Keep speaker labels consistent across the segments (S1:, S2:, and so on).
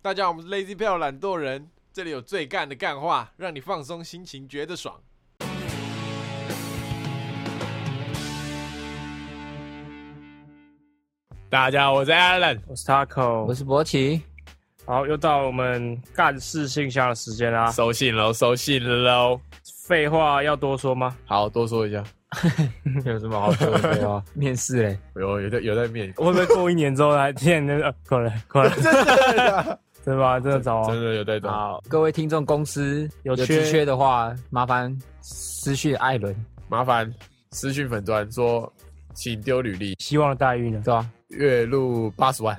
S1: 大家好，我们是 Lazy p a l 懒惰人，这里有最干的干话，让你放松心情，觉得爽。
S2: 大家好，我是 Alan。
S3: 我是 Taco，
S4: 我是博奇，
S3: 好，又到我们干事信箱的时间啦。
S2: 收信喽，收信喽。
S3: 废话要多说吗？
S2: 好多说一下，
S4: 有什么好说的啊？ 面试嘞，
S2: 有有在有在面，
S3: 会不会过一年之后来 见那个过来过来？ 对吧？真的找
S2: 真
S3: 哦。
S2: 的有在找。
S3: 好，
S4: 各位听众，公司
S3: 有
S4: 有
S3: 缺
S4: 职缺的话，麻烦私讯艾伦，
S2: 麻烦私讯粉砖说，请丢履历，
S3: 希望的待遇呢
S4: 对？吧、
S2: 月入八十 万，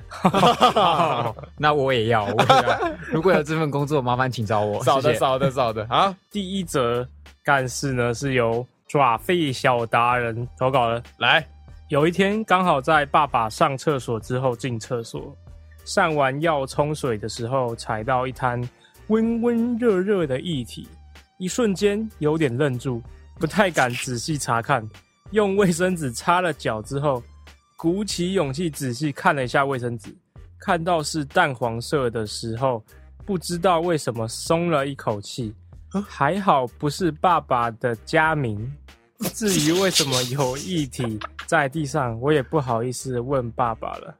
S4: 那我也要，我也要。如果有这份工作，麻烦请找我。
S2: 少
S4: 谢
S2: 的
S4: 谢。
S2: 少的少的啊！
S3: 第一则干事呢是由爪废小达人投稿的。
S2: 来，
S3: 有一天刚好在爸爸上厕所之后进厕所，上完要冲水的时候踩到一滩温温热热的液体，一瞬间有点愣住，不太敢仔细查看，用卫生纸擦了脚之后，鼓起勇气仔细看了一下卫生纸，看到是淡黄色的时候，不知道为什么松了一口气，还好不是爸爸的家名。 至于为什么有液体在地上，我也不好意思问爸爸了。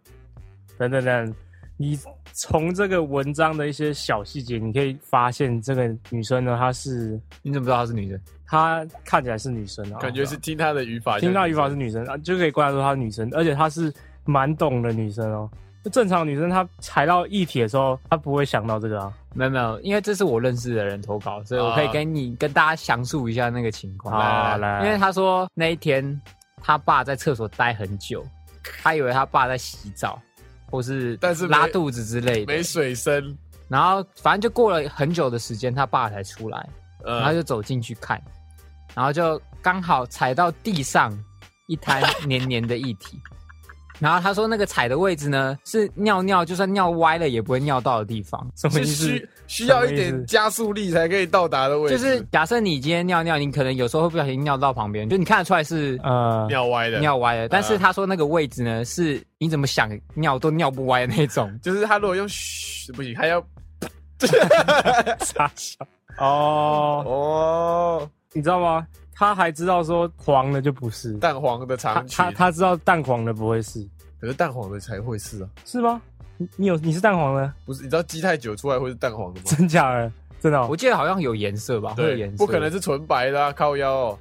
S3: 等等等，你从这个文章的一些小细节，你可以发现这个女生呢，她是
S4: 你怎么知道她是女生？
S3: 她看起来是女生啊，哦
S2: 感觉是听他的语法，
S3: 听到语法是女生啊，就可以观察出她是女生，而且她是蛮懂的女生哦。就正常女生她踩到液体的时候，她不会想到这个啊。
S4: 没有没有，因为这是我认识的人投稿，所以我可以跟你、跟大家详述一下那个情况。
S3: 好
S2: 来
S3: 来，
S4: 因为他说那一天他爸在厕所待很久，他以为他爸在洗澡，或是
S2: 但是没
S4: 拉肚子之类的
S2: 没。水声，
S4: 然后反正就过了很久的时间，他爸才出来，然后
S2: 呃，
S4: 就走进去看，然后就刚好踩到地上一滩黏黏的液体。 然后他说那个踩的位置呢，是尿尿就算尿歪了也不会尿到的地方。
S3: 什么意
S2: 是
S3: 思
S2: 需？需要一
S3: 什么意
S2: 点
S3: 思
S2: 加速力才可以到达的位置，
S4: 就是假设你今天尿尿，你可能有时候会不小心尿到旁边，就你看得出来是
S3: 呃，
S2: 尿歪的。。
S4: 尿歪了，但是他说那个位置呢，是你怎么想尿都尿不歪的那种
S2: 就是他如果用嘘不行，还要
S3: 傻笑哦，
S2: 哦
S3: 你知道吗？他还知道说黄的就不是，
S2: 蛋黄的
S3: 他
S2: 长裙，
S3: 他他知道蛋黄的不会是，
S2: 可是蛋黄的才会是啊，
S3: 是吗？你你有你是蛋黄的，
S2: 不是？你知道鸡太久出来会是蛋黄的吗？
S3: 真假的？真的、
S4: 我
S3: 哦、
S4: 记得好像有颜色吧，会有
S2: 对
S4: 颜，色，
S2: 不可能是纯白的啊，靠腰哦。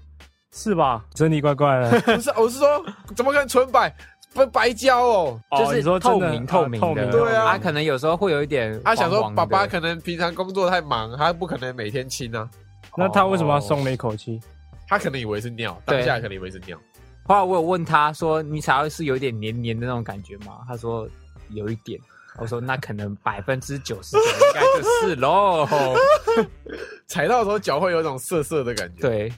S3: 是吧？真的怪怪 的，
S2: 不是，我是说，怎么可能纯白？不白胶哦。
S4: 就
S3: 哦你
S4: 是
S3: 说真
S4: 透
S3: 的
S4: 明、
S3: 啊
S4: 透明
S3: 透明
S4: 的，
S2: 对啊
S4: 它可能有时候会有一点
S2: 他想说
S4: 黄，黄
S2: 爸
S4: 的
S2: 爸可能平常工作太忙，他不可能每天亲啊。
S3: 那他为什么要松了一口气？
S2: 他可能以为是尿，当
S4: 对
S2: 下可能以为是尿。
S4: 后来我有问他说：“你才会是有点黏黏的那种感觉吗？”他说：“有一点。”我说：“那可能百分之九十九应该就是喽。
S2: 踩到的时候脚会有一种涩涩的感”觉。，
S4: 对，
S2: 不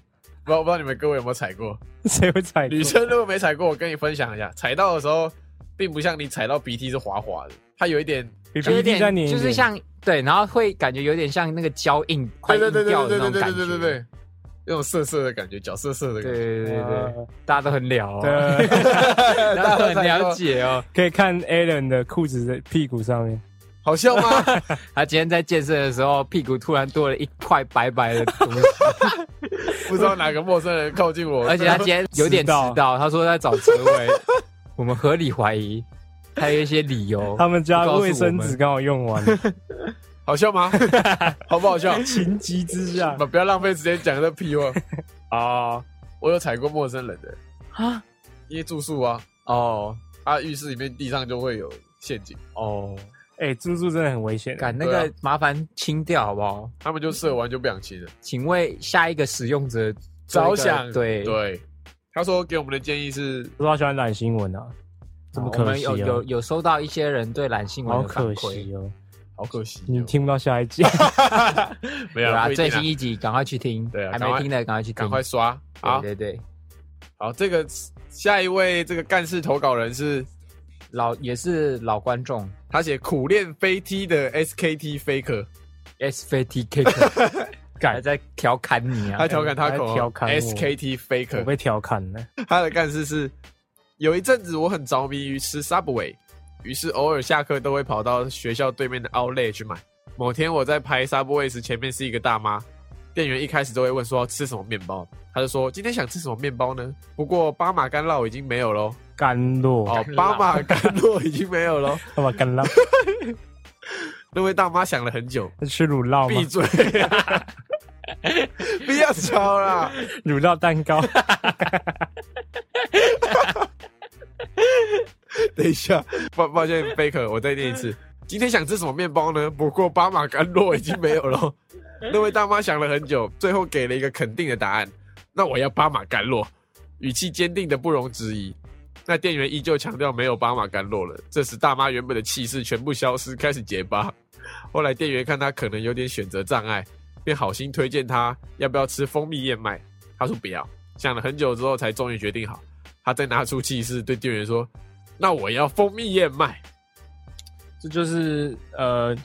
S2: 知道不知道你们各位有没有踩过？
S3: 谁会踩 过？
S2: 女生如果没踩过，我跟你分享一下，踩到的时候，并不像你踩到鼻涕是滑滑的，它有一点
S3: 比
S4: 就有
S3: 鼻涕再
S4: 点
S3: 黏一点，
S4: 就是像对，然后会感觉有点像那个胶印快
S2: 对
S4: 硬
S2: 对对对
S4: 掉
S2: 对对
S4: 的那种
S2: 对
S4: 感
S2: 对
S4: 觉。
S2: 对对对，那种涩涩的感觉，脚涩涩的
S4: 对
S2: 感觉。
S4: 对对对
S3: 呃
S4: 大家都很了、哦，
S3: 对，
S4: 大家都很了解哦。
S3: 可以看 Alan 的裤子的屁股上面，
S2: 好笑吗？
S4: 他今天在健身的时候，屁股突然多了一块白白的东西，
S2: 不知道哪个陌生人靠近我，
S4: 而且他今天有点迟
S3: 迟
S4: 到，他说在找车位，我们合理怀疑他有一些理由。
S3: 他们家卫生
S4: 告诉我
S3: 纸
S4: 们
S3: 刚好用完，
S2: 好笑 吗？好不好笑？
S3: 情急之下
S2: 不不要浪费时间讲这屁话。
S3: 啊，
S4: 哦
S2: 我有踩过陌生人的啊，因为住宿啊，
S4: 哦
S2: 啊浴室里面地上就会有陷阱，
S4: 哦，
S3: 哎，猪猪真的很危险，
S4: 赶那
S2: 对
S4: 个麻烦清掉好不好？
S2: 他们就射完就不想亲了。
S4: 请为下一个使用者做一
S2: 着
S4: 个
S2: 想，
S4: 对，
S2: 对，他说给我们的建议是，
S3: 我说他喜欢懒新闻啊，这么
S4: 我
S3: 可
S4: 们
S3: 惜
S4: 有有
S3: 哦，
S4: 有收到一些人对懒新闻
S3: 好
S4: 的反
S3: 可
S4: 馈，
S3: 惜哦，
S2: 好可惜哦，
S3: 你听不到下 一集。
S2: 没
S4: 对
S2: 有
S4: 啊，
S2: 不一定
S4: 最
S2: 啊
S4: 新一集赶快去听，
S2: 对啊
S4: 还
S2: 赶
S4: 没
S2: 快
S4: 听的赶快去听
S2: 赶，快刷好
S4: 对对对，
S2: 好，这个下一位这个干事投稿人是
S4: 老也是老观众
S2: 他写苦练飞踢的 SKT Faker，
S4: S V T K，还
S3: 改
S4: 在调侃你啊
S2: 他，调侃他口
S3: 哎他
S2: 号
S3: 调侃我
S2: SKT
S3: 我
S2: Faker，
S3: 被调侃了，
S2: 他的干事是有一阵子我很着迷于吃 Subway，于是偶尔下课都会跑到学校对面的 Outlet 去买。某天我在拍 Subway 时，前面是一个大妈，店员一开始都会问说要吃什么面包，她就说今天想吃什么面包呢？不过巴马干酪已经没有喽，
S3: 干酪，
S2: 哦
S4: 干，酪
S2: 巴马干酪已经没有喽。
S3: 干嘛干酪？
S2: 那位大妈想了很久，
S3: 是吃乳酪
S2: 闭
S3: 吗？
S2: 嘴、 不要吵啦！
S3: 乳酪蛋糕，
S2: 等一下，抱抱歉贝克，我再念一次。今天想吃什么面包呢？不过巴马甘洛已经没有了。那位大妈想了很久，最后给了一个肯定的答案：那我要巴马甘洛，语气坚定的不容置疑。那店员依旧强调没有巴马甘洛了。这时，大妈原本的气势全部消失，开始结巴。后来，店员看她可能有点选择障碍，便好心推荐她要不要吃蜂蜜燕麦。她说不要，想了很久之后，才终于决定好。她再拿出气势对店员说：“那我要蜂蜜燕麦。
S3: 这就是呃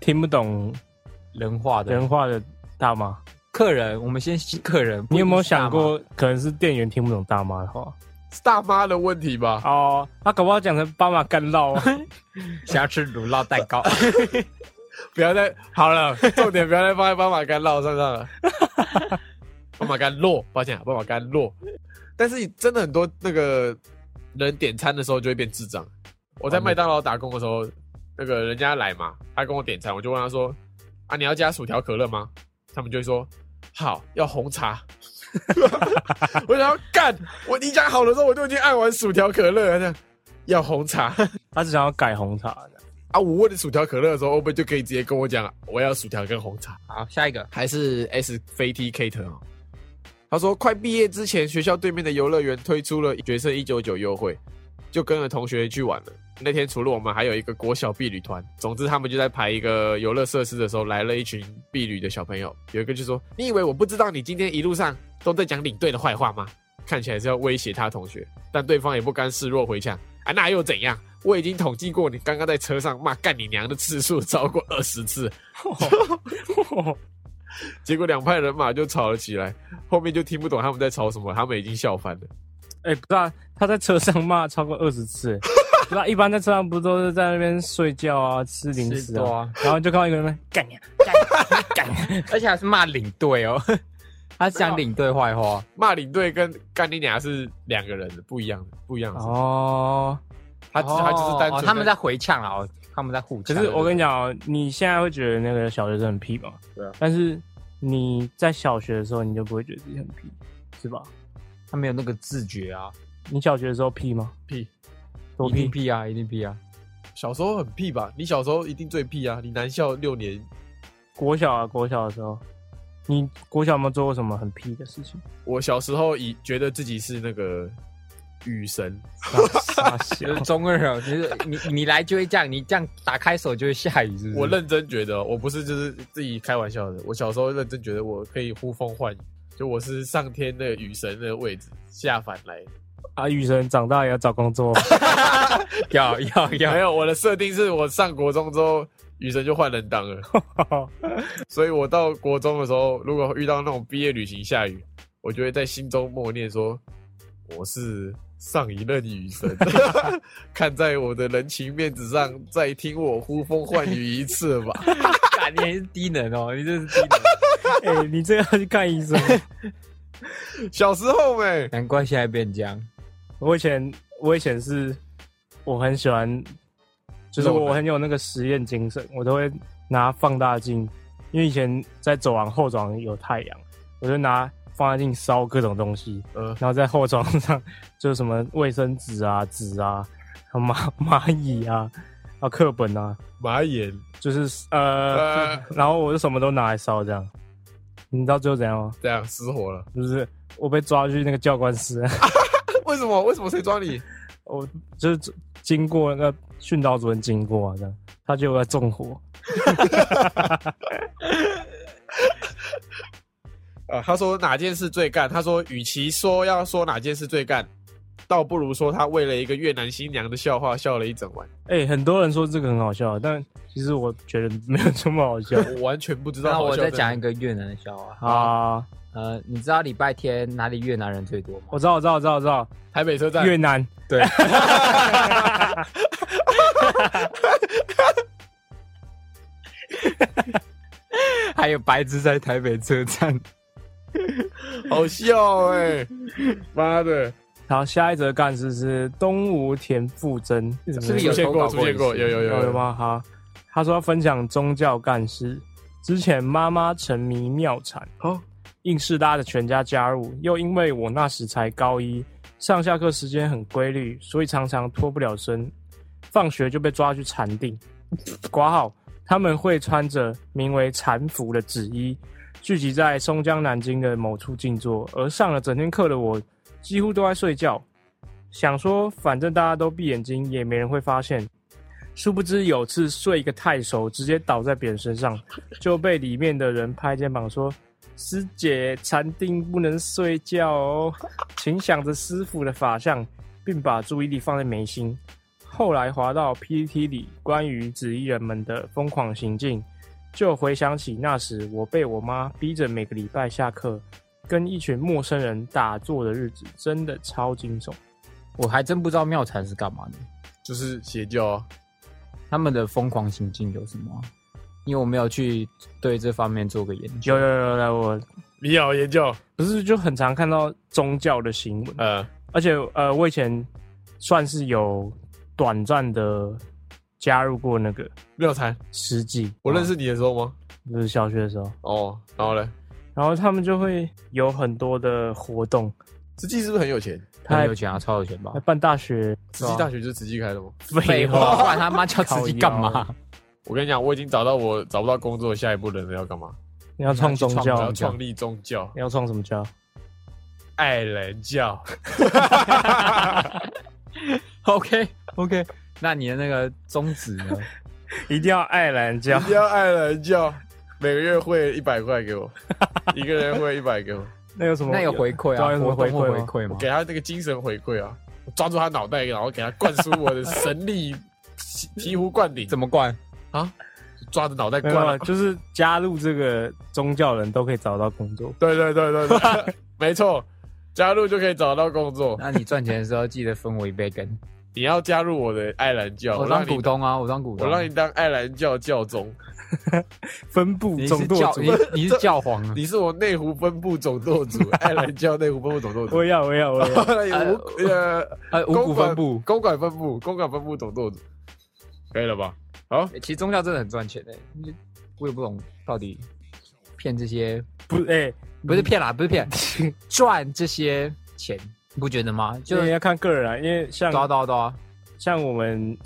S3: 听不懂
S4: 人化的
S3: 人话的大妈。
S4: 客人，我们先是客人。不
S3: 你
S4: 一定是
S3: 有没有想
S4: 大妈
S3: 过，可能是店员听不懂大妈的话？
S2: 是大妈的问题 吧？
S3: 哦，他搞不好讲成巴马干酪 啊。
S4: 想要吃乳酪蛋 糕？
S2: 不要再好了，重点不要再放在巴马干酪身上了。 巴马干落，抱歉，巴啊马干落。但是真的很多那个人点餐的时候就会变智障。我在麦当劳打工的时候，那个人家来嘛，他跟我点餐，我就问他说：“啊，你要加薯条可乐吗？”他们就会说：“好，要红茶。” 我想要干，我你讲好的时候，我就已经按完薯条可乐了，这样要红茶。
S3: 他只想要改红茶的。
S2: 啊，我问薯条可乐的时候，欧贝就可以直接跟我讲，我要薯条跟红茶，
S4: 好，下一个
S2: 还是 S 飞 T Kate 哦。他说，快毕业之前，学校对面的游乐园推出了学生一九九优惠，就跟着同学去玩了。那天除了我们，还有一个国小婢旅团。总之，他们就在排一个游乐设施的时候，来了一群婢旅的小朋友。有一个就说：“你以为我不知道你今天一路上都在讲领队的坏话吗？”看起来是要威胁他同学，但对方也不甘示弱回呛：“啊，那又怎样？我已经统计过你刚刚在车上骂干你娘的次数超过二十次。”结果两派人马就吵了起来，后面就听不懂他们在吵什么，他们已经笑翻了。
S3: 哎、不是啊，他在车上骂超过二十次。 不是、啊，一般在车上不都是在那边睡觉啊、吃零
S4: 吃
S3: 食
S4: 多
S3: 啊，
S4: 啊，
S3: 然后就看到一个人在那边干你啊，
S4: 干，而且还是骂领队哦， 他是讲领队坏话，
S2: 骂领队跟干你娘是两个人的，不一样的，不一样的。
S3: 哦，
S2: 他只他就是单
S4: 哦
S2: 纯
S4: 他们在回呛啊，哦他们在互
S3: 可
S4: 呛。
S3: 是我跟你讲、哦，你现在会觉得那个小学生很屁嘛？
S2: 对啊。
S3: 但是你在小学的时候，你就不会觉得自己很屁，是吧？
S4: 他没有那个自觉啊，
S3: 你小学的时候屁吗？
S2: 屁，
S3: 多
S4: 一定
S3: 屁？
S4: 屁啊，一定屁啊，
S2: 小时候很屁吧？你小时候一定最屁啊！你男校六年，
S3: 国小啊，国小的时候，你国小有没有做过什么很屁的事情？
S2: 我小时候以觉得自己是那个雨神，
S3: 傻傻笑
S4: 就是中二哦，就是你你来就会这样，你这样打开手就会下雨，是不是？
S2: 我认真觉得哦我不是就是自己开玩笑的，我小时候认真觉得我可以呼风唤雨，就我是上天的雨神的位置下凡来。
S3: 啊，雨神长大也要找工作，
S4: 要要
S2: 没
S4: 要，
S2: 有，我的设定是我上国中之后，雨神就换人当了。所以我到国中的时候，如果遇到那种毕业旅行下雨，我就会在心中默念说：“我是上一任雨神， 看在我的人情面子上，再听我呼风唤雨一次吧。
S4: 干 你还是低能哦，你这是低能，
S3: 哎、你这个要去看医生。”
S2: 小时候没，
S4: 难怪现在变这样。
S3: 我以前我以前是我很喜欢，就是
S2: 肉
S3: 我
S2: 男
S3: 很有那个实验精神，我都会拿放大镜，因为以前在走廊后走廊有太阳，我就拿放大镜烧各种东西，
S2: 呃，
S3: 然后在后床上就是什么卫生纸啊、纸啊、蚂蚂蚁啊、啊课本啊，
S2: 马眼，
S3: 就是呃，
S2: 呃，
S3: 然后我就什么都拿来烧这样。你知道最后怎样吗？
S2: 这样失火了。
S3: 就是我被抓去那个教官室，
S2: 为什么？为什么谁抓你？
S3: 我哦就是经过那个训导主任经过啊，这样他就在纵火，
S2: 呃，他说哪件事最干？他说，与其说要说哪件事最干，倒不如说他为了一个越南新娘的笑话笑了一整晚。
S3: 哎、很多人说这个很好笑，但其实我觉得没有这么好 笑
S2: 我完全不知道
S4: 那
S2: 好笑
S4: 我
S2: 在哪。
S4: 再讲一个越南的笑话。
S3: 啊！
S4: 呃，你知道礼拜天哪里越南人最多吗？
S3: 我知道，我知道，我知道，我知道，
S2: 台北车站
S3: 越南
S4: 对， 还有白痴在台北车站，
S2: 好笑哎、妈的，
S3: 然后下一则干事是东吴田馥甄，是
S4: 是不是
S2: 出
S4: 有
S2: 现过，
S4: 投稿
S2: 出现过，
S4: 过一次
S2: 有有有
S3: 有有？吗？好，他说要分享宗教干事，之前妈妈沉迷妙产，
S2: 哦，
S3: 硬是拉着全家加入，又因为我那时才高一，上下课时间很规律，所以常常脱不了身，放学就被抓去禅定。挂号，他们会穿着名为禅服的纸衣，聚集在松江南京的某处静坐，而上了整天课的我，几乎都在睡觉。想说，反正大家都闭眼睛，也没人会发现。殊不知有次睡一个太熟，直接倒在别人身上，就被里面的人拍肩膀说：“师姐，禅定不能睡觉哦，请想着师傅的法相，并把注意力放在眉心。”后来滑到 PPT 里关于紫衣人们的疯狂行径，就回想起那时我被我妈逼着每个礼拜下课跟一群陌生人打坐的日子，真的超惊悚。
S4: 我还真不知道妙禅是干嘛的。
S2: 就是邪教啊，
S4: 他们的疯狂行径有什么啊？因为我没有去对这方面做个研究。
S3: 有有有有，我
S2: 你有研究？
S3: 不是就很常看到宗教的新闻，
S2: 呃，
S3: 而且呃，我以前算是有短暂的加入过那个
S2: 妙禅，
S3: 实际，
S2: 我认识你的时候吗？
S3: 就是小学的时候，
S2: 哦，然后呢？
S3: 然后他们就会有很多的活动，
S2: 慈济是不是很有钱？
S3: 他
S4: 很
S3: 还
S4: 有钱啊，超有钱吧
S3: 还？办大学，
S2: 慈济大学就是慈济开的吗？
S4: 废话，不然他妈叫自己干
S3: 靠
S4: 嘛？
S2: 我跟你讲，我已经找到我找不到工作，下一步人要干嘛？
S3: 你要创宗
S4: 你
S2: 我
S3: 教
S2: 要
S4: 要，
S2: 创立宗教，
S3: 你要创什么教？
S2: 爱人教。
S4: OK OK，那你的那个宗旨呢？
S3: 一定要爱兰教
S2: 一，定要爱人教，每个月汇一百块给我， 一个人汇一百给我，
S3: 那有什么？
S4: 那有回馈
S3: 对
S4: 啊，
S3: 有什么
S4: 活
S3: 回
S4: 动会回
S3: 馈吗？
S4: 馈
S2: 我
S4: 吗？
S2: 给他那个精神回馈啊，我抓住他脑袋，然后给他灌输我的神力， 醍醍醐灌顶，
S4: 怎么灌？
S2: 抓着脑袋
S3: 没
S2: 灌
S3: 有
S2: 啊
S3: 啊，？就是加入这个宗教人都可以找到工作。
S2: 对对对对对，没错，加入就可以找到工作。
S4: 那你赚钱的时候记得分我一杯羹，
S2: 你要加入我的爱人教，
S4: 我
S2: 我
S4: 当
S2: 让你
S4: 股，东啊，我当股
S2: 我
S4: 东。
S2: 让你当爱人教教宗，
S3: 分布
S4: 你
S3: 总
S4: 是
S3: 舵
S4: 教
S3: 主，
S4: 你你是教皇啊？
S2: 你是我内湖分部总舵主，爱人教内湖分部总舵主
S3: 我。也要，我也要，我也要。
S2: 有五呃
S4: 呃，五
S2: 公
S4: 股
S2: 馆
S4: 分部。
S2: 公馆分部，公馆分部总舵主，可以了吧？好，
S4: 欸其实宗教真的很赚钱诶，你我也不懂到底骗这些
S3: 不，哎，
S4: 不是骗啦，不是骗， 赚这些钱，你不觉得吗？就
S3: 就要看个人啊，因为像
S4: 抓到到啊，
S3: 像我们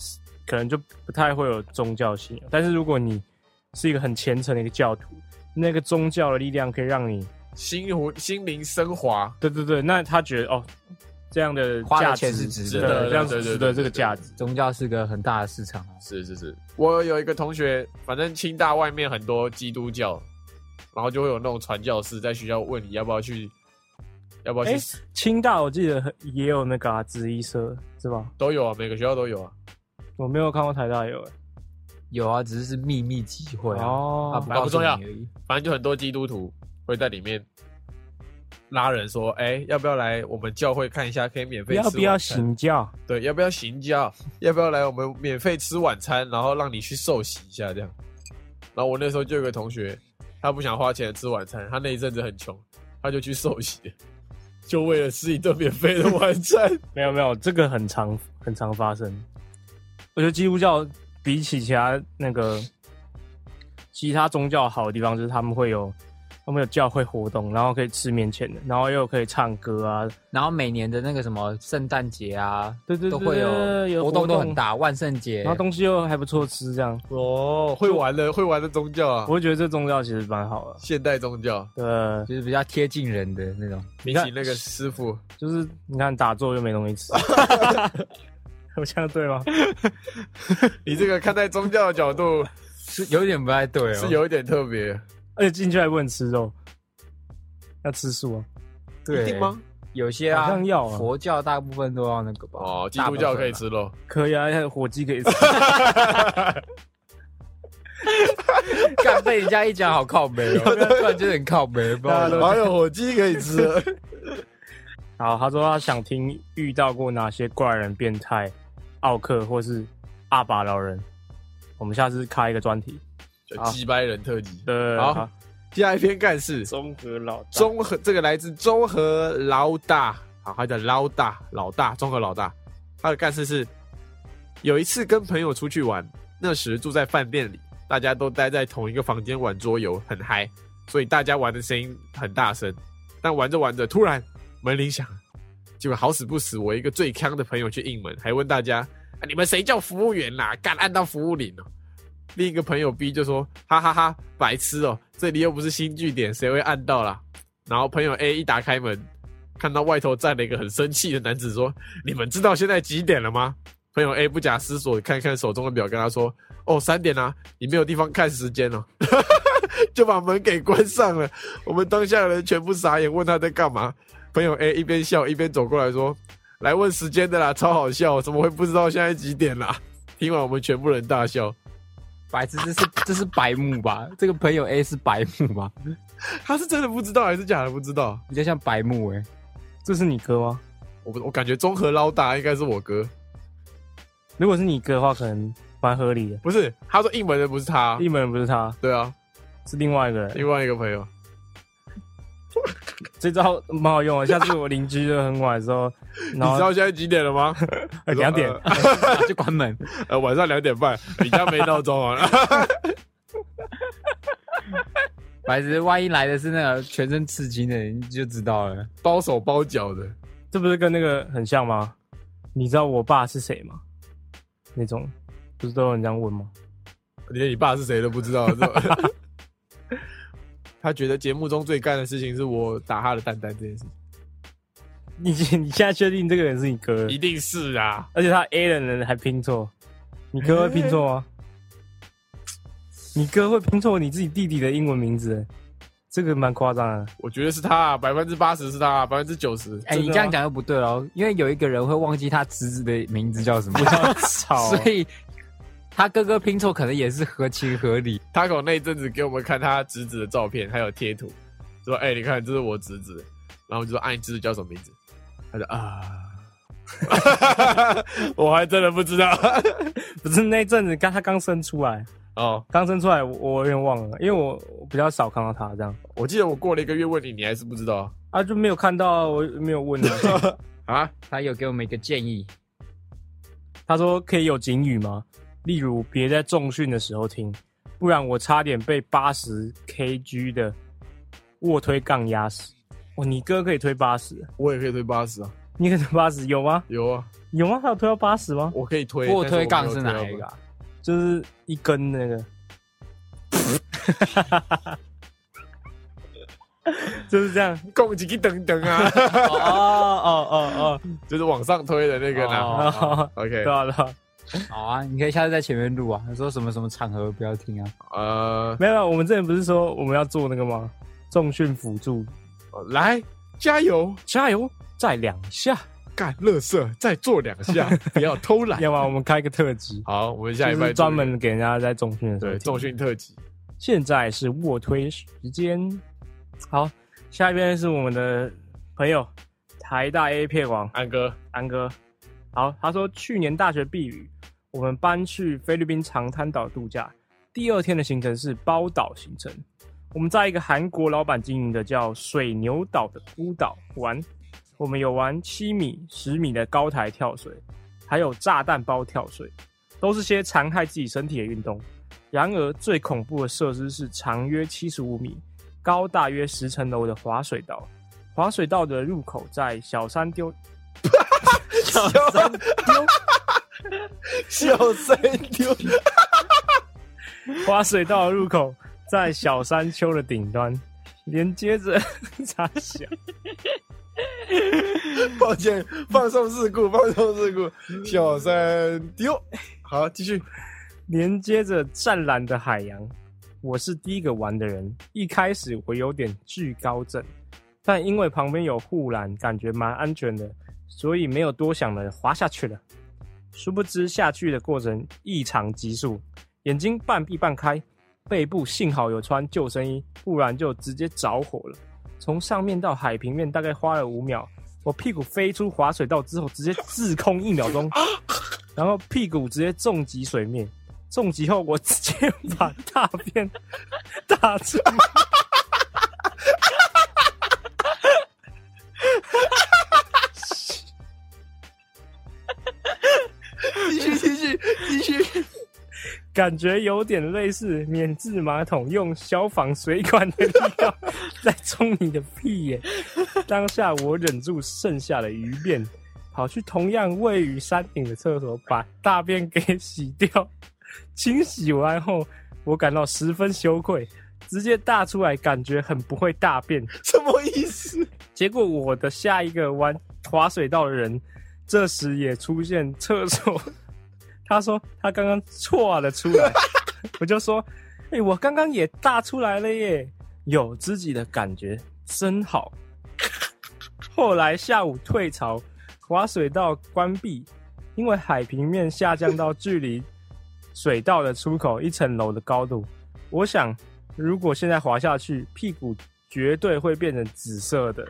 S3: 可能就不太会有宗教信仰，但是如果你是一个很虔诚的一个教徒，那个宗教的力量可以让你，
S2: 心湖心灵升华，
S3: 对对对，那他觉得哦，这样的
S4: 花
S3: 价
S4: 的钱
S3: 值
S4: 是
S2: 值
S4: 值
S2: 得
S4: 得
S2: 的
S3: 对
S4: 的。
S3: 这样
S2: 对
S3: 子
S2: 对
S3: 值
S2: 对
S3: 得这个
S2: 对
S3: 价
S2: 对
S3: 值。
S4: 宗教是个很大的市场哦，
S2: 是是是，我有一个同学，反正清大外面很多基督教，然后就会有那种传教士在学校问你要不要去，要不要去，
S3: 哎清大我记得也有那个啊，紫衣社是吧？
S2: 都有啊，每个学校都有啊。
S3: 我没有看过台大有、欸、
S4: 有啊，只是是秘密集会啊，
S3: 哦
S4: 啊不
S2: 反正
S4: 告
S2: 不
S4: 诉
S2: 重
S4: 你
S2: 要
S4: 而已。
S2: 反正就很多基督徒会在里面拉人说，哎、要不要来我们教会看一下，可以免
S3: 不
S2: 费吃
S3: 要不要
S2: 晚餐
S3: 行教？
S2: 对，要不要行教？要不要来我们免费吃晚餐，然后让你去受洗一下这样？然后我那时候就有个同学，他不想花钱吃晚餐，他那一阵子很穷，他就去受洗， 就为了吃一顿免费的晚餐。
S3: 没有没有，这个很常很常发生。我觉得基督教比起其他那个其他宗教好的地方，就是他们会有他们有教会活动，然后可以吃面前的，然后又可以唱歌啊，
S4: 然后每年的那个什么圣诞节啊，
S3: 对对
S4: 都
S3: 对，
S4: 会
S3: 对
S4: 有
S3: 有
S4: 活动
S3: 动
S4: 都很，大，万圣节
S3: 然后东西又还不错吃，这样
S2: 哦，会玩的会玩的宗教啊
S4: 哦
S3: 我，会觉得这宗教其实蛮好的。
S2: 现代宗教，
S3: 对，
S4: 就是比较贴近人的那种。
S2: 比
S3: 看
S2: 起那个师 傅，
S3: 就是你看打坐又没东西 吃，我这样对吗？
S2: 你这个看待宗教的角度
S4: 是有点不太对哦。
S2: 是有一点特别，
S3: 而且进去还不能吃肉，要吃素啊。
S4: 对
S2: 一定吗？？
S4: 有些啊，
S3: 好像要啊
S4: 佛教大部分都要那个吧。
S2: 哦，基督教可以吃肉，
S3: 可以啊，还有火鸡可以吃。
S4: 大部分吧。干被人家一讲好靠背哦，突然觉得很靠背，不知道为什么
S2: 还有火鸡可以吃。
S3: 好，他说他想听遇到过哪些怪人、变态、奥克或是阿爸老人。我们下次开一个专题，
S2: 就
S4: 好
S2: 击败人特辑。
S3: 对，
S2: 好 下一篇干事，
S3: 综合老大
S2: 综合这个来自综合老大，好，他叫老大，老大，综合老大，他的干事是有一次跟朋友出去玩，那时住在饭店里，大家都待在同一个房间玩桌游，很嗨，所以大家玩的声音很大声，但玩着玩着突然门铃响了，结果好死不死，我一个最坑的朋友去应门，还问大家、啊你们谁叫服务员啦、敢按到服务铃哦、另一个朋友 B 就说：“哈哈哈白痴哦、这里又不是新据点，谁会按到啦？”然后朋友 A 一打开门，看到外头站了一个很生气的男子，说：“你们知道现在几点了吗？”朋友 A 不假思索地看看手中的表，跟他说：“哦，三点啊，你没有地方看时间哦。” 就把门给关上了。我们当下的人全部傻眼，问他在干嘛。朋友 A 一边笑一边走过来说：“来问时间的啦，超好笑，怎么会不知道现在几点啦？”听完我们全部人大笑。
S4: 白痴，这是这是白目吧？这个朋友 A 是白目吧？
S2: 他是真的不知道还是假的不知道？
S4: 比较像白目哎、
S3: 这是你哥吗？
S2: 我不我感觉综合捞大应该是我哥，
S3: 如果是你哥的话，可能蛮合理的。
S2: 不是？他说应门的不是他，
S3: 一门不是他，
S2: 对啊，
S3: 是另外一个人。
S2: 另外一个朋友。
S3: 这招蛮好用 的，下次我邻居就很晚的时候，
S2: 你
S3: 然后
S2: 知道现在几点了吗？
S3: 哎两点，
S4: 欸， 就关门。
S2: 呃，晚上两点半。你家没闹钟啊？
S4: 白痴，万一来的是那个全身刺青的，你就知道了。
S2: 包手包脚的，
S3: 这不是跟那个很像吗？你知道我爸是谁吗？那种不是都有人这样问吗？
S2: 你连你爸是谁都不知道。是 吧他觉得节目中最干的事情是我打他的蛋蛋这件事，
S3: 你 你现在确定这个人是你哥？
S2: 一定是啊。
S3: 而且他 A 的人还拼错，你哥会拼错 吗？你哥会拼错你自己弟弟的英文名字，欸这个蛮夸张的。
S2: 我觉得是他啊，百分之八十是他啊，百分之九十。
S4: 哎、
S3: 真的
S4: 你这样讲又不对喽，因为有一个人会忘记他侄子的名字叫什么，
S3: 操！
S4: 所以他哥哥拼凑可能也是合情合理。
S2: 他口那一阵子给我们看他侄子的照片，还有贴图，说：“哎、你看，这是我侄子。”然后我就说：“啊，你侄子叫什么名字？”他说：“啊， 我还真的不知道。
S3: 不是那一阵子刚他刚生出来，”
S2: 哦，
S3: 刚生出来我我有点忘了，因为我我比较少看到他这样
S2: 我记得我过了一个月问你，你还是不知道
S3: 啊，就没有看到，我没有问他。
S2: 啊？
S4: 他有给我们一个建议，
S3: 他说可以有警语吗？例如别在重训的时候听，不然我差点被八十 kg 的卧推杠压死。哦，你哥可以推八十，
S2: 我也可以推八十啊，
S3: 你可以推八十有吗？
S2: 有啊，
S3: 有吗？他有推到八十吗？
S2: 我可以推。
S4: 卧
S2: 但
S4: 推
S2: 我
S4: 杠
S2: 没有
S4: 是
S2: 推
S4: 哪
S2: 到
S4: 一个、
S2: 过？
S4: 啊？
S3: 就是一根那个， 就是这样。
S2: 拱几个等等啊，
S3: 哦哦 哦
S2: 就是往上推的那个啦。
S4: 哦
S3: 哦，
S2: OK，
S3: 对啊对啊，
S4: 好啊，你可以下次在前面录啊。他说什么什么场合不要听啊。
S2: 呃，
S3: 没有没有，我们之前不是说我们要做那个吗？重训辅助，
S2: 来加油，
S3: 加油，再两下，
S2: 干乐色，再做两 下，不要偷懒。，
S3: 要不然我们开一个特辑
S2: 好，我们下
S3: 就
S2: 一拜
S3: 是专门给人家在重训的时候
S2: 对
S3: 听。
S2: 重训特辑。
S3: 现在是卧推时间。好，下一边是我们的朋友台大 A 片王
S2: 安哥，
S3: 安哥。好，他说去年大学避雨，我们搬去菲律宾长滩岛度假，第二天的行程是包岛行程。我们在一个韩国老板经营的叫水牛岛的孤岛玩，我们有玩七米、十米的高台跳水，还有炸弹包跳水，都是些残害自己身体的运动。然而，最恐怖的设施是长约七十五米、高大约十层楼的滑水道。滑水道的入口在小山丢
S2: 小三丢，小三丢，
S3: 滑水道的入口在小山丘的顶端，连接着 插小
S2: 抱歉，放送事故，放送事故，小三丢。好，继续。
S3: 连接着湛蓝的海洋。我是第一个玩的人，一开始我有点惧高症，但因为旁边有护栏，感觉蛮安全的，所以没有多想了，滑下去了。殊不知下去的过程异常急速，眼睛半闭半开，背部幸好有穿救生衣，不然就直接着火了。从上面到海平面大概花了五秒，我屁股飞出滑水道之后，直接滞空一秒钟，然后屁股直接重击水面，重击后我直接把大便打出来。
S2: 继续继续继续，
S3: 感觉有点类似免治马桶用消防水管的力道在冲你的屁眼。当下我忍住剩下的余便，跑去同样位于山顶的厕所把大便给洗掉。清洗完后，我感到十分羞愧，直接大出来，感觉很不会大便。
S2: 什么意思？
S3: 结果我的下一个玩滑水道的人，这时也出现厕所， 他说他刚刚错了出来，我就说，哎、我刚刚也大出来了耶，有自己的感觉真好。后来下午退潮，滑水道关闭，因为海平面下降到距离水道的出口一层楼的高度。我想，如果现在滑下去，屁股绝对会变成紫色的。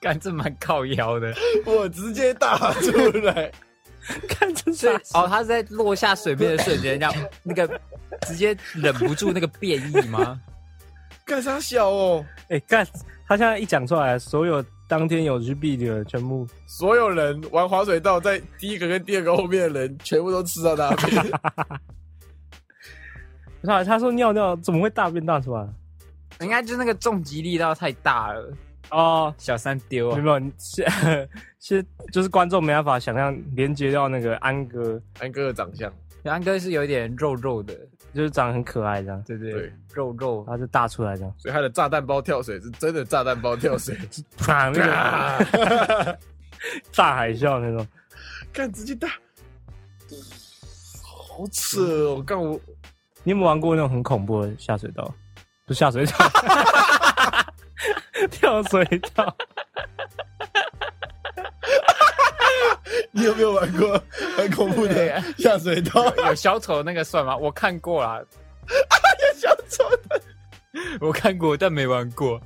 S4: 干这蛮靠腰的。
S2: 我直接打出来，
S3: 看这
S4: 所
S3: 是
S4: 以哦，他是在落下水面的瞬间，让那个直接忍不住那个变异吗？
S2: 干啥小哦？
S3: 哎干、他现在一讲出来，所有当天有去避的全部
S2: 所有人玩滑水道，在第一个跟第二个后面的人全部都吃到大便，
S3: 不是啊，他说尿尿怎么会大便大出来？
S4: 应该就是那个重击力道太大了，
S3: 哦，
S4: 小三丢
S3: 没
S4: 啊。
S3: 有，是 是就是观众没办法想象连接到那个安哥，
S2: 安哥的长相，
S4: 杨哥是有一点肉肉的，
S3: 就是长得很可爱这样，
S4: 对对
S2: 对
S4: 肉肉。
S3: 他就大出来这 样，
S2: 所以他的炸弹包跳水是真的炸弹包跳水，
S3: 啪那个
S2: 啊
S3: 大海啸那种。
S2: 干直接打，好扯
S3: 嗯
S2: 哦！干我
S3: 你有没有玩过那种很恐怖的下水道？不是下水道， 跳水道。
S2: 你有没有玩过很恐怖的下水道？
S4: 有小丑那个算吗？我看过啦，
S2: 小丑的
S4: 我看过，但没玩过。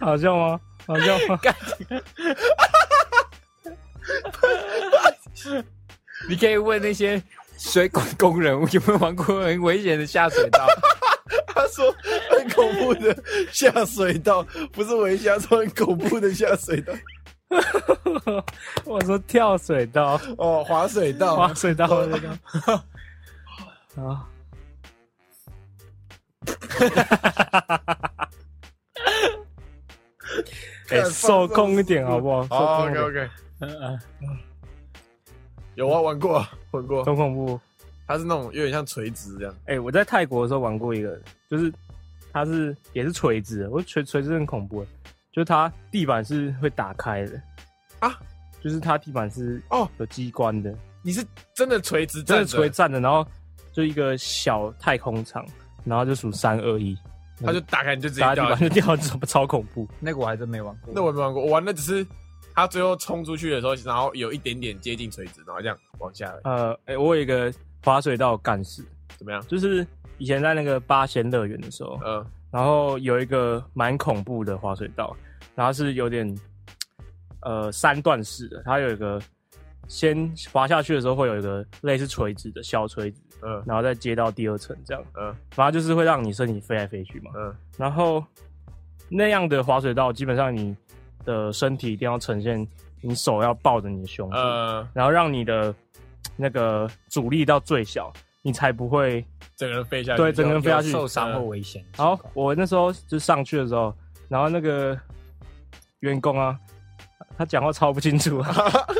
S3: 好笑吗？好笑吗？
S4: 你可以问那些水管工人有没有玩过很危险的下水 道。
S2: 他说很恐怖的下水道，不是围虾，说很恐怖的下水道
S3: 我说跳水道，
S2: 哦，滑水道，
S3: 滑水道哎那个。啊，哎，受控一点好不好？受
S2: 好
S3: 控一
S2: ，OK
S3: 点，嗯
S2: OK，有啊，玩过，玩过，
S3: 多恐怖！
S2: 它是那种有点像垂直这样，
S3: 哎，我在泰国的时候玩过一个，就是它是也是垂直的，我觉得垂垂直很恐怖，就是它地板是会打开的
S2: 啊，
S3: 就是它地板是
S2: 哦
S3: 有机关的，
S2: 你是真的垂直
S3: 真
S2: 站
S3: 的
S2: 着，
S3: 垂站着，然后就一个小太空场，然后就数三二一，
S2: 它就打开你就直接
S3: 大家
S2: 掉
S3: 地
S2: 下
S3: 板
S2: 去。
S3: 就掉，超超恐怖。
S4: 那个我还真没玩过。
S2: 那我没玩过，我玩的只是它最后冲出去的时候，然后有一点点接近垂直，然后这样往下来，
S3: 呃，哎、我有一个滑水道干事，
S2: 怎么样？
S3: 就是以前在那个八仙乐园的时候，
S2: 呃，
S3: 然后有一个蛮恐怖的滑水道，然后是有点呃三段式的，它有一个先滑下去的时候会有一个类似垂直的小垂直，
S2: 嗯
S3: 然后再接到第二层这样，
S2: 嗯
S3: 反正就是会让你身体飞来飞去嘛。
S2: 嗯，
S3: 然后那样的滑水道，基本上你的身体一定要呈现，你手要抱着你的胸部，
S2: 呃，
S3: 然后让你的那个阻力到最小，你才不会。
S2: 整个人飞下去，
S3: 对整个人飞下去
S4: 有受伤或危险。
S3: 好，我那时候就上去的时候，然后那个员工啊，他讲话超不清 楚、啊，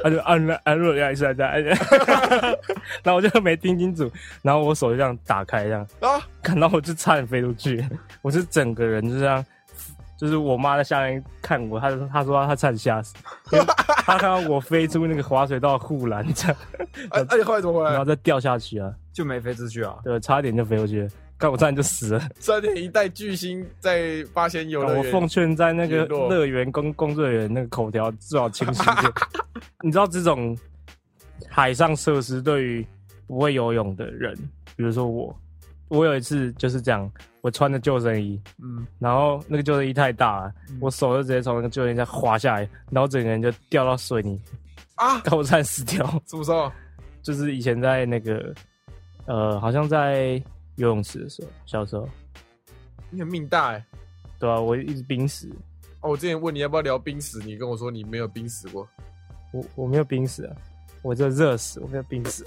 S3: 他就按了按了一下，按了，哎 然后我就没听清楚，然后我手就这样打开这样，
S2: 啊，
S3: 看到我就差点飞出去，我是整个人就这样，就是我妈在下面看我，她就她说她差点吓死，因为她看到我飞出那个滑水道护栏这样，
S2: 哎，那你后来怎么回
S3: 然后
S2: 来？
S3: 再掉下去啊，
S4: 就没飞出去啊？
S3: 对，差一点就飞过去了，干我差点就死了。
S2: 三点一代巨星在八仙游乐
S3: 哦啊我
S2: 园，
S3: 奉劝在那个
S2: 陨落
S3: 乐园工工作人员那个口条最好清晰 一点。你知道这种海上设施对于不会游泳的人，比如说我，我有一次就是这样，我穿着救生衣，
S4: 嗯，
S3: 然后那个救生
S2: 嗯
S3: 衣太大了，我手就直接从那个救生衣上滑下来，然后整个人就掉到水泥，
S2: 啊，
S3: 高山死掉，
S2: 什么时候？
S3: 就是以前在那个呃，好像在游泳池的时候，小时候，
S2: 你很命大哎、
S3: 对啊，我一直濒死，
S2: 哦，我之前问你要不要聊濒死，你跟我说你没有濒死过。
S3: 我我没有濒死啊，我就热死，我没有濒死。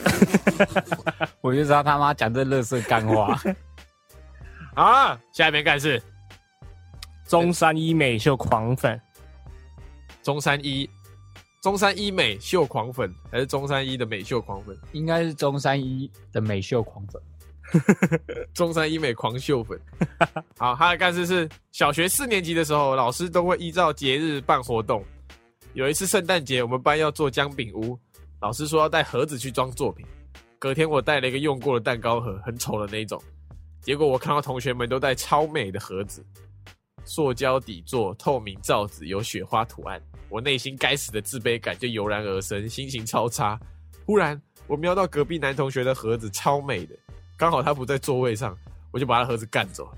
S4: 我就知道他妈讲这乐色干话。
S2: 啊，下一边干事，
S3: 中山医美秀狂粉，
S2: 中山一，中山一美秀狂粉，还是中山一的美秀狂粉？
S4: 应该是中山一的美秀狂粉。
S2: 中山医美狂秀粉。好，他的干事是小学四年级的时候，老师都会依照节日办活动。有一次圣诞节，我们班要做姜饼屋，老师说要带盒子去装作品。隔天我带了一个用过的蛋糕盒，很丑的那一种。结果我看到同学们都带超美的盒子，塑胶底座、透明罩子，有雪花图案。我内心该死的自卑感就油然而生，心情超差。忽然，我瞄到隔壁男同学的盒子超美的，刚好他不在座位上，我就把他盒子干走。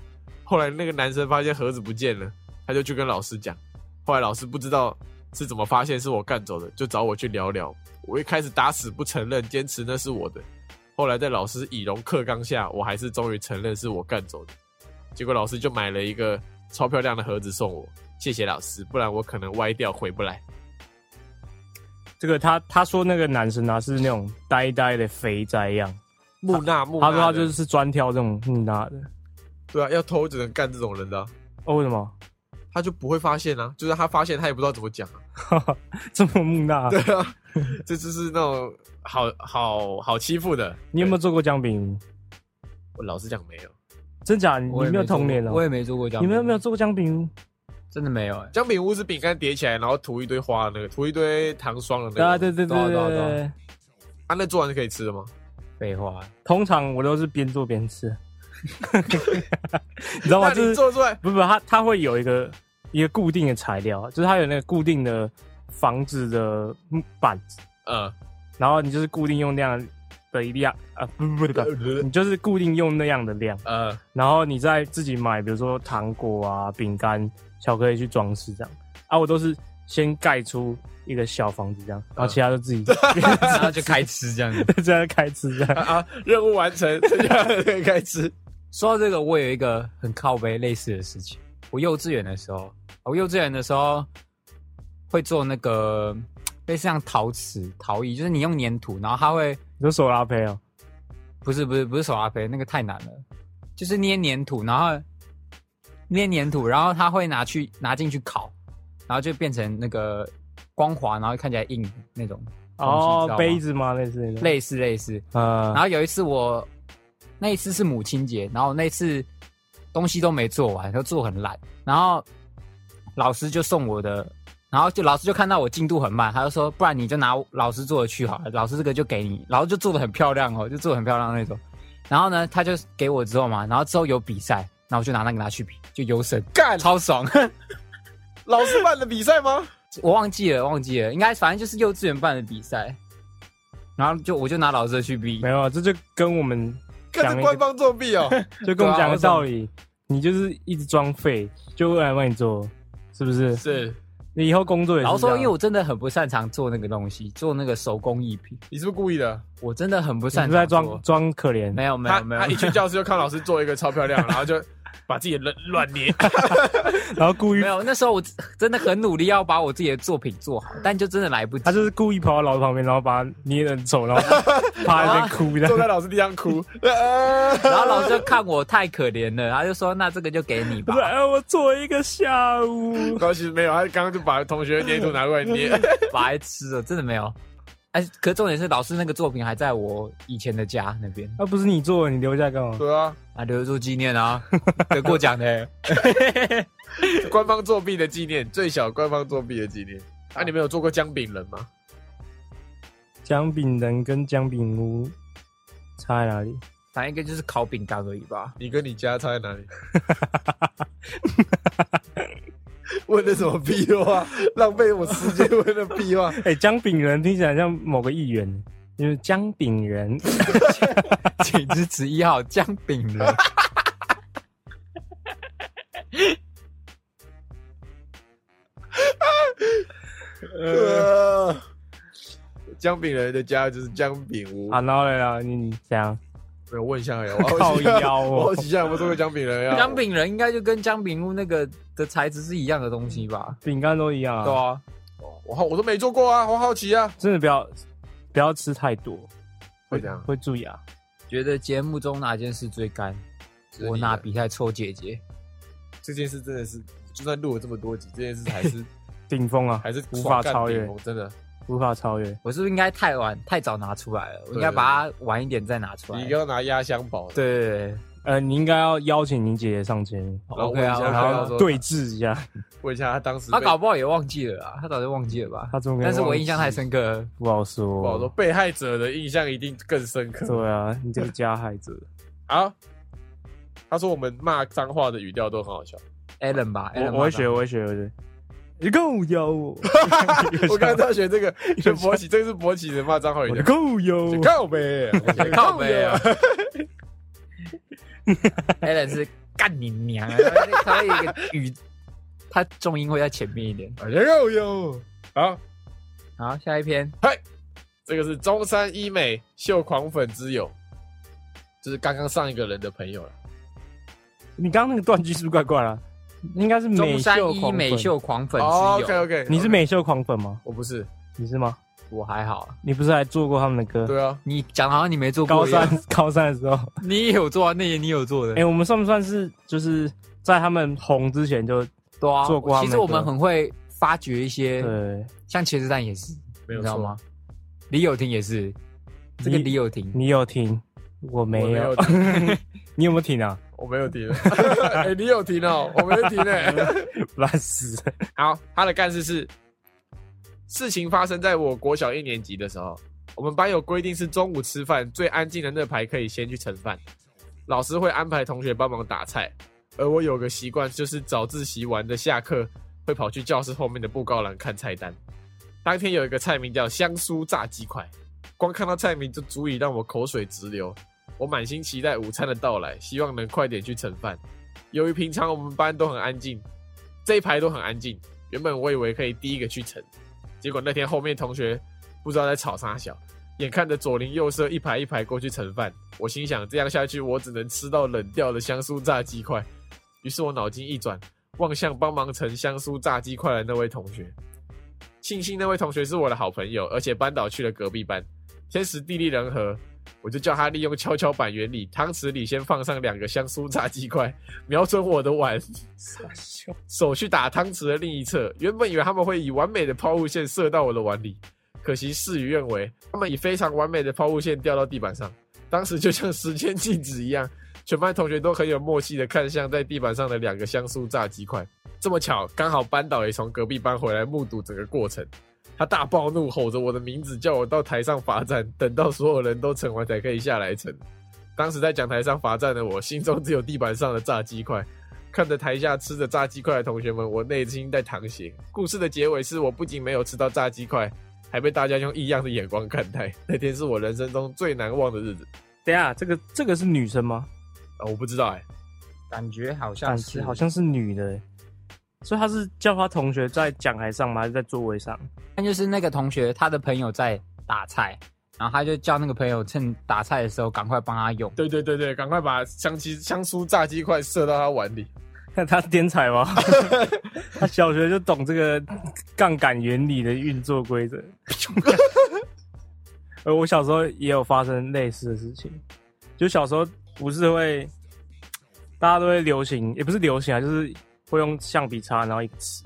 S2: 后来那个男生发现盒子不见了，他就去跟老师讲。后来老师不知道是怎么发现是我干走的，就找我去聊聊。我一开始打死不承认，坚持那是我的。后来在老师以容克刚下，我还是终于承认是我干走的。结果老师就买了一个超漂亮的盒子送我，谢谢老师，不然我可能歪掉回不来。
S3: 这个他他说那个男生啊是那种呆呆的肥宅样，
S2: 木讷木讷
S3: 他
S2: 的，
S3: 说他就是专挑这种木讷的。
S2: 对啊，要偷只能干这种人的啊、
S3: 哦，为什么
S2: 他就不会发现啊，就是他发现他也不知道怎么讲啊。
S3: 这么木讷？
S2: 对啊， 这就是那种好好好欺负的。
S3: 你有没有
S2: 对？
S3: 做过姜饼？
S2: 我老实讲没有。
S3: 真假？你
S4: 我也
S3: 没有童年
S4: 做
S3: 哦、
S4: 过我也没做过姜
S3: 你
S4: 饼。
S3: 们有没有？做过姜饼？
S4: 真的没有哎、
S2: 姜饼屋是饼干叠起来，然后涂一堆花的那个，涂一堆糖霜的那个。
S3: 啊，对对
S4: 对啊
S3: 对
S4: 对啊
S3: 对
S4: 对啊
S3: 对。
S2: 啊，那做完就可以吃了吗？
S4: 废话，
S3: 通常我都是边做边 吃， 你知道吗？
S2: 那
S3: 就
S2: 你
S3: 是
S2: 做出来，
S3: 不不，它它会有一个一个固定的材料，啊就是它有那个固定的房子的木板子，
S2: 呃，
S3: 然后你就是固定用那样的一量啊，不不不不，你就是固定用那样的量，
S2: 呃，
S3: 然后你再自己买，比如说糖果啊、饼干、巧克力去装饰这样。啊，我都是先盖出一个小房子这样，然后其他就自己
S4: 然后就开吃这样子。
S3: 这样开吃这样。
S2: 啊，任务完 成，剩下的可以开吃。
S4: 说到这个，我有一个很靠背类似的事情。我幼稚园的时候，我幼稚园的时候会做那个类似像陶瓷、陶艺，就是你用粘土，然后它会
S3: 你说手拉胚哦、
S4: 不是不是不是手拉胚，那个太难了，就是捏粘土，然后捏粘土，然后它会拿去拿进去烤，然后就变成那个光滑，然后看起来硬的那种东西你知道
S3: 哦
S4: 吗，
S3: 杯子吗？类似那种。
S4: 类似类似，
S3: 呃
S4: 然，后有一次我那一次是母亲节，然后那次东西都没做完，都做很烂，然后老师就送我的，然后就老师就看到我进度很慢，他就说不然你就拿老师做的去好了，老师这个就给你，然后就做的很漂亮哦，就做的很漂亮那种。然后呢，他就给我之后嘛，然后之后有比赛，然后我就拿那个拿去比，就优胜，
S2: 干，
S4: 超爽。
S2: 老师办的比赛吗？
S4: 我忘记了，忘记了，应该反正就是幼稚园办的比赛，然后就我就拿老师的去比
S3: 没，有，啊，这就跟我们
S2: 跟着
S3: 讲一
S2: 官
S3: 个，
S2: 方作弊 哦。
S3: 就跟我们讲
S4: 对啊
S3: 个
S4: 我懂
S3: 道理，你就是一直装废，就会来帮你做，是不是？
S2: 是，
S3: 你以后工作也是这样。
S4: 然后说，因为我真的很不擅长做那个东西，做那个手工艺品，
S2: 你是不是故意的？
S4: 我真的很不
S3: 你是
S4: 擅
S3: 不
S4: 长
S3: 是
S4: 做。
S3: 在装装可怜，
S4: 没有没
S2: 他
S4: 有没有
S2: 他一去教室就看老师做一个超漂 亮，然后就把自己乱乱捏。
S3: 然后故意
S4: 没，有，那时候我真的很努力要把我自己的作品做好，但就真的来不及
S3: 他。就是故意跑到老师旁边，然后把他捏得很 丑，然后趴在
S4: 啊
S3: 那边哭
S2: 坐在
S3: 的。
S2: 老师地上哭。 呃
S4: 然后老师就看我太可怜了，他就说：“那这个就给你
S3: 不
S4: 吧
S3: 是，。哎，我做一个下午。
S2: 然后其实没有，他刚刚就把同学的粘土拿过来 捏。”
S4: 白痴哦，真的没有。哎，可重点是老师那个作品还在我以前的家那边，
S3: 啊那不是你做的，你留下干嘛？
S2: 对啊，
S4: 啊，留着做纪念啊， 得过奖的。
S2: 官方作弊的纪念，最小官方作弊的纪念。啊，你们有做过姜饼人吗？
S3: 姜饼人跟姜饼屋差在哪里？
S4: 反正应该就是烤饼干而已吧。
S2: 你跟你家差在哪里？问的什么屁话？浪费我时间问的屁话。
S3: 哎，姜饼人听起来像某个议员，就是姜饼 人。
S4: 请支持一号姜饼人。
S2: 姜饼人的家就是姜饼屋
S3: 啊，。然后嘞，然后你你这样
S2: 没有问一下而已，我
S3: 靠
S2: 好奇一下啊
S3: 腰哦
S2: 我好奇一下有没有做过姜饼
S3: 啊
S2: 人呀？啊
S4: 姜饼人应该就跟姜饼屋那个的材质是一样的东西吧？
S3: 饼干都一样
S4: 对
S3: 啊，
S4: 啊，
S2: 哦，我好我都没做过啊，我好奇啊。
S3: 真的不要不要吃太多，
S2: 会怎样
S3: 会蛀牙。
S4: 觉得节目中哪件事最干？
S2: 的
S4: 我拿笔太抽姐姐，
S2: 这件事真的是，就算录了这么多集，这件事还是
S3: 顶峰啊，
S2: 还是
S3: 无法超越
S2: 爽干顶，峰真的。
S3: 无法超越。
S4: 我是不是应该太晚太早拿出来了？我应
S2: 对
S4: 该
S2: 对
S4: 把它晚一点再拿出来
S2: 你。要拿压箱宝，，
S4: 对对对
S3: 呃，你应该要邀请你姐姐上节目，
S2: 然后
S4: ，OK 啊
S2: 问一下
S3: 然
S2: 他
S4: ，OK
S2: 要
S4: 啊
S2: 说
S3: 后对峙一下，
S2: 问一下他当时
S4: 他
S2: 被
S4: 搞不好也忘记了啊，他早就忘记了吧
S3: 他？怎么可能
S4: 但是我印象
S3: 忘
S4: 太
S3: 记
S4: 深刻了，
S3: 不好
S2: 不好说，
S4: 哦
S3: 说。
S2: 被害者的印象一定更深刻。
S3: 对啊，你这个加害 者，
S2: 啊，他说我们骂脏话的语调都很好 笑。
S4: Allen 吧
S3: 我
S4: ，Allen
S3: 我会
S4: 吧
S3: 学，我会学，我会学。你够妖哦，
S2: 我刚刚在学这 个，学博奇，这个是博奇的骂脏话语
S3: 我的
S2: 调。
S3: 够妖哦
S2: 就靠呗，
S4: 靠背 啊，Allen 是干你娘啊，他有一个语，他重音会在前面一点。
S2: 哎呀靠
S4: 啊
S2: 哟！好，
S4: 好，下一篇，
S2: 这个是中山医美秀狂粉之友，就是刚刚上一个人的朋友了。
S3: 你刚刚那个断句是不是怪怪了？应该是美
S4: 中山
S3: 秀
S4: 一
S3: 狂
S4: 美
S3: 粉，
S4: 秀狂粉
S2: 哦
S4: 之
S2: ，OK
S4: 友，
S2: OK，
S3: 你是美秀狂粉吗？
S2: 我不是，
S3: 你是吗？
S4: 我还好啊。
S3: 你不是还做过他们的歌？
S2: 对啊，
S4: 你讲得好像你没做过
S3: 高
S4: 一样
S3: 三高三的时候，
S4: 你也有做啊，那也你有做的
S3: 哎、，我们算不算是就是在他们红之前就
S4: 对啊，
S3: 做过他
S4: 其
S3: 们
S4: 实
S3: 的
S4: 我们
S3: 歌
S4: 很会发掘一些，
S3: 对
S4: 像茄子蛋也是，
S2: 没
S4: 你
S2: 有
S4: 知道
S2: 错
S4: 吗？？李友廷也是，这个
S3: 你
S4: 李友廷，
S3: 你有听？我没
S2: 我没有
S3: 有， 你有没有听啊？
S2: 我没有停， 哎，你有停哦，我没有停 哎。
S3: 烂死！
S2: 好，他的干事是，事情发生在我国小一年级的时候，我们班有规定是中午吃饭最安静的那排可以先去盛饭，老师会安排同学帮忙打菜，而我有个习惯就是早自习完的下课会跑去教室后面的布告栏看菜单，当天有一个菜名叫香酥炸鸡块，光看到菜名就足以让我口水直流，我满心期待午餐的到来，希望能快点去盛饭。由于平常我们班都很安静，这一排都很安静。原本我以为可以第一个去盛，结果那天后面同学不知道在吵啥小，眼看着左邻右舍一排一排过去盛饭，我心想这样下去我只能吃到冷掉的香酥炸鸡块。于是我脑筋一转，望向帮忙盛香酥炸鸡块的那位同学。庆幸那位同学是我的好朋友，而且班导去了隔壁班，天时地利人和，我就叫他利用跷跷板原理，汤匙里先放上两个香酥炸鸡块，瞄准我的碗，手去打汤匙的另一侧。原本以为他们会以完美的抛物线射到我的碗里，可惜事与愿违，他们以非常完美的抛物线掉到地板上。当时就像时间静止一样，全班同学都很有默契的看向在地板上的两个香酥炸鸡块。这么巧，刚好班导也从隔壁班回来目睹整个过程。他大暴怒，吼着我的名字，叫我到台上罚站，等到所有人都盛完才可以下来盛。当时在讲台上罚站的我，心中只有地板上的炸鸡块。看着台下吃着炸鸡块的同学们，我内心在淌血。故事的结尾是我不仅没有吃到炸鸡块，还被大家用异样的眼光看待。那天是我人生中最难忘的日子。
S3: 等一下，这个这个是女生吗？
S2: 啊、我不知道哎、
S4: 感觉好
S3: 感
S4: 像
S3: 觉
S4: 是
S3: 好啊像是女的欸，所以她是叫她同学在讲台上吗？还是在座位上？
S4: 那就是那个同学他的朋友在打菜，然后他就叫那个朋友趁打菜的时候赶快帮他用。
S2: 对对对对，赶快把香鸡香酥炸鸡块射到他碗里。
S3: 看她是天才吗？她小学就懂这个杠杆原理的运作规则。 而我小时候也有发生类似的事情，就小时候不是会，大家都会流行，也不是流行啊，就是会用橡皮擦，然后一个尺，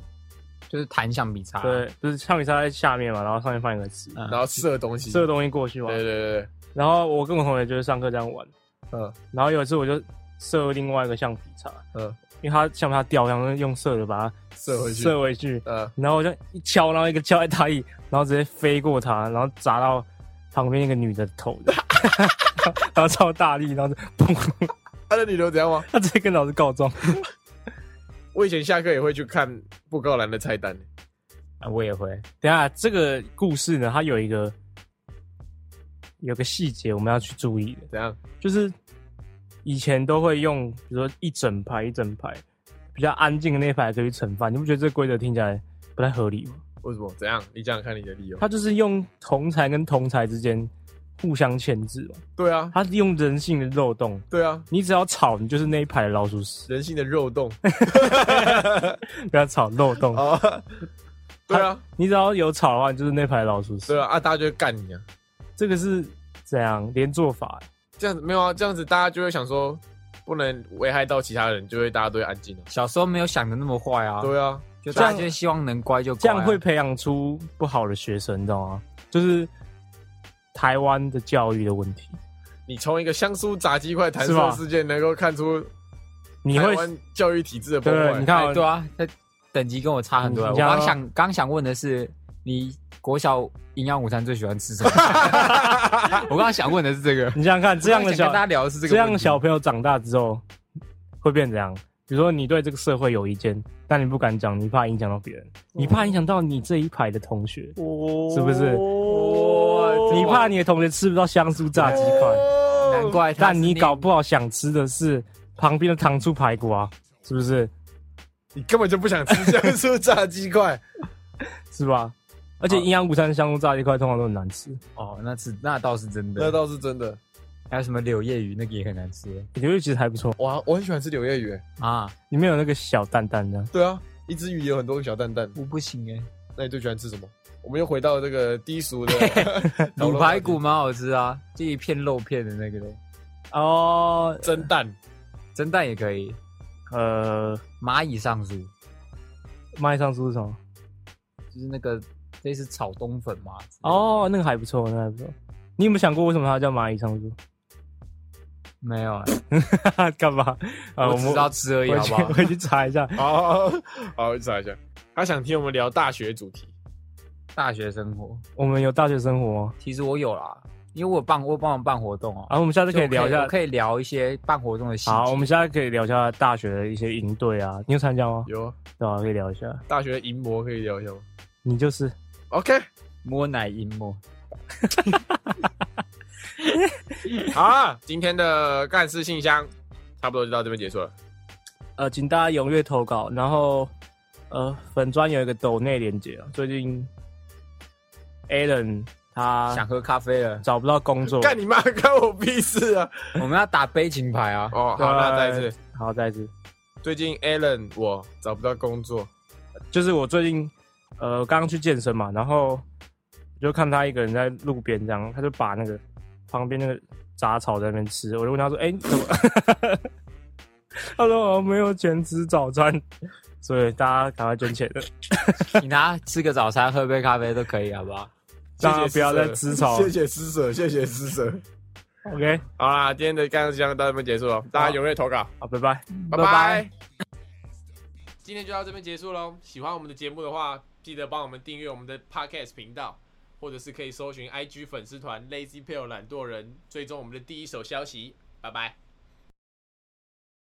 S4: 就是弹橡皮
S2: 啊
S4: 擦。
S3: 对，就是橡皮擦在下面嘛，然后上面放一个尺，
S4: 嗯
S2: 然后射东西。
S3: 这个东西过去嘛，
S2: 啊对对对对，
S3: 然后我跟我同学就是上课这样玩，
S2: 嗯
S3: 然后有一次我就射另外一个橡皮擦，
S2: 嗯，
S3: 因为它橡皮擦掉，然后用射的把它
S2: 射回去。
S3: 射回去，
S2: 呃，
S3: 然后我就一敲，然后一个敲在他里，然后直接飞过他，然后砸到旁边一个女的 头，然后超大力，然后就 砰，
S2: 他的女流怎样吗？
S3: 他直接跟老师告状。
S2: 我以前下课也会去看布告栏的菜单。
S4: 啊，我也会。
S3: 等一下这个故事呢，它有一个有个细节我们要去注意的，
S2: 怎样？
S3: 就是以前都会用，比如说一整排一整排比较安静的那一排可以盛饭，你不觉得这个规则听起来不太合理吗？
S2: 为什么？怎样？你讲讲看你的理由。
S3: 他就是用同才跟同才之间互相牵制哦嘛，
S2: 对啊，
S3: 他是用人性的漏洞，
S2: 对啊，
S3: 你只要吵，你就是那一排的老鼠屎，
S2: 人性的肉洞
S3: 不要吵漏洞，
S4: 哦
S2: 啊，对啊，
S3: 你只要有吵的话，你就是那排的老鼠屎。
S2: 对啊，啊，大家就会干你啊。
S3: 这个是怎样连做法欸、
S2: 这样子没有啊，这样子大家就会想说，不能危害到其他人，就会大家都会安静啊。
S4: 小时候没有想的那么坏啊，
S2: 对啊，
S4: 就
S3: 这样
S4: 大家就希望能乖就啊乖、
S3: 这样会，培养出不好的学生，你知道吗？就是台湾的教育的问题，
S2: 你从一个香酥炸鸡块弹
S3: 是吧
S2: 射事件能够看出
S3: 你
S2: 台
S3: 会
S2: 湾教育体制的崩
S3: 对，
S2: 坏。
S3: 你看
S4: 哎，
S3: 哦、嗯
S4: 对啊，他等级跟我差很多啊。
S3: 你哦
S4: 我
S3: 想
S4: 刚想刚想问的是，你国小营养午餐最喜欢吃 什么？我刚刚想问的是这个，
S3: 你想想看，这样的
S4: 我刚想
S3: 小
S4: 跟大家聊的是这个
S3: 这样
S4: 问
S3: 的
S4: 题
S3: 小朋友长大之后会变怎样？比如说你对这个社会有意见，但你不敢讲，你怕影响到别人，你怕影响到你这一排的同学，是不是？
S2: 哦
S3: 你怕你的同学吃不到香酥炸鸡块，哦
S4: 难怪他
S3: 但
S4: 是
S3: 你
S4: 念
S3: 搞不好想吃的是旁边的糖醋排骨啊，是不是？
S2: 你根本就不想吃香酥炸鸡 块。
S3: 是吧？而且营养午餐香菇炸鸡块通常都很难吃，
S4: 哦，那是那倒是真
S2: 那
S4: 的。
S2: 倒是真的，
S4: 还有什么柳叶鱼，那个也很难吃
S3: 柳叶其实还不错，
S2: 哇，我很喜欢吃柳叶鱼。欸
S4: 啊，
S3: 里面有那个小蛋蛋的。
S2: 对啊，一只鱼有很多个小蛋蛋。
S4: 我不行
S3: 欸
S4: 哎、
S2: 那你最喜欢吃什么？我们又回到这个低俗 的
S4: 卤排骨蛮好吃啊，就一片肉片的那个嘞，
S3: 哦，
S2: 蒸蛋，
S4: 蒸蛋也可以，
S3: 呃，
S4: 蚂蚁上树
S3: 蚂蚁上树是什么？
S4: 就是那个类似炒冬粉嘛。哦，
S3: 哦，那个还不错，那个还不错。你有没有想过为什么它叫蚂蚁上树？
S4: 没有、欸，
S3: 干嘛？啊，
S4: 我
S3: 们
S4: 只知道吃而已，
S3: 回
S4: 好
S3: 去
S4: 不 好？
S3: 回去查一下。
S2: 好好，我查一下。他想听我们聊大学主题，
S4: 大学生活，
S3: 我们有大学生活吗？
S4: 其实我有啦，因为我有办，我有帮忙办活动哦、
S3: 啊，我们下次
S4: 就
S3: 可以聊一
S4: 我
S3: 下
S4: 可。以聊一些办活动的细节。
S3: 好，我们下次可以聊一下大学的一些营队啊。你有参加吗？
S2: 有啊
S3: 对啊，可以聊一下。
S2: 大学的淫魔可以聊一下吗
S3: 你就是
S2: ？OK，
S4: 摸奶音摸，
S2: 好啊，今天的干事信箱差不多就到这边结束了。
S3: 呃，请大家踊跃投稿，然后呃，粉砖有一个抖内连接啊。最近 Alan
S4: 想
S3: 他
S4: 喝咖啡 了，
S3: 找不到工作，
S2: 干你妈，干我屁事啊！
S4: 我们要打悲情牌啊！
S2: 哦，好，那再一次，
S3: 好，再一次，
S2: 最近 Alan 我找不到工作，
S3: 就是我最近呃刚刚去健身嘛，然后我就看他一个人在路边这样，他就把那个旁边那个杂草在那边吃，我就问他说：“哎、你怎么？” 他说：“哦我没有钱吃早餐，所以大家赶快捐钱，
S4: 你拿吃个早餐，喝杯咖啡都可以，好不好？
S2: 谢谢
S3: 大家不要再
S2: 施
S3: 吃
S2: 舍
S3: 草。
S2: 谢谢施舍，谢谢施舍。”
S3: OK，
S2: 好啦，今天的干事信箱到这边结束了，大家踊跃投稿，
S3: 好，拜拜。
S2: 拜
S4: 拜拜。
S1: 今天就到这边结束喽。喜欢我们的节目的话，记得帮我们订阅我们的 Podcast 频道，或者是可以搜寻 IG 粉丝团 Lazy p a l e 懒惰人，追踪我们的第一手消息。拜拜。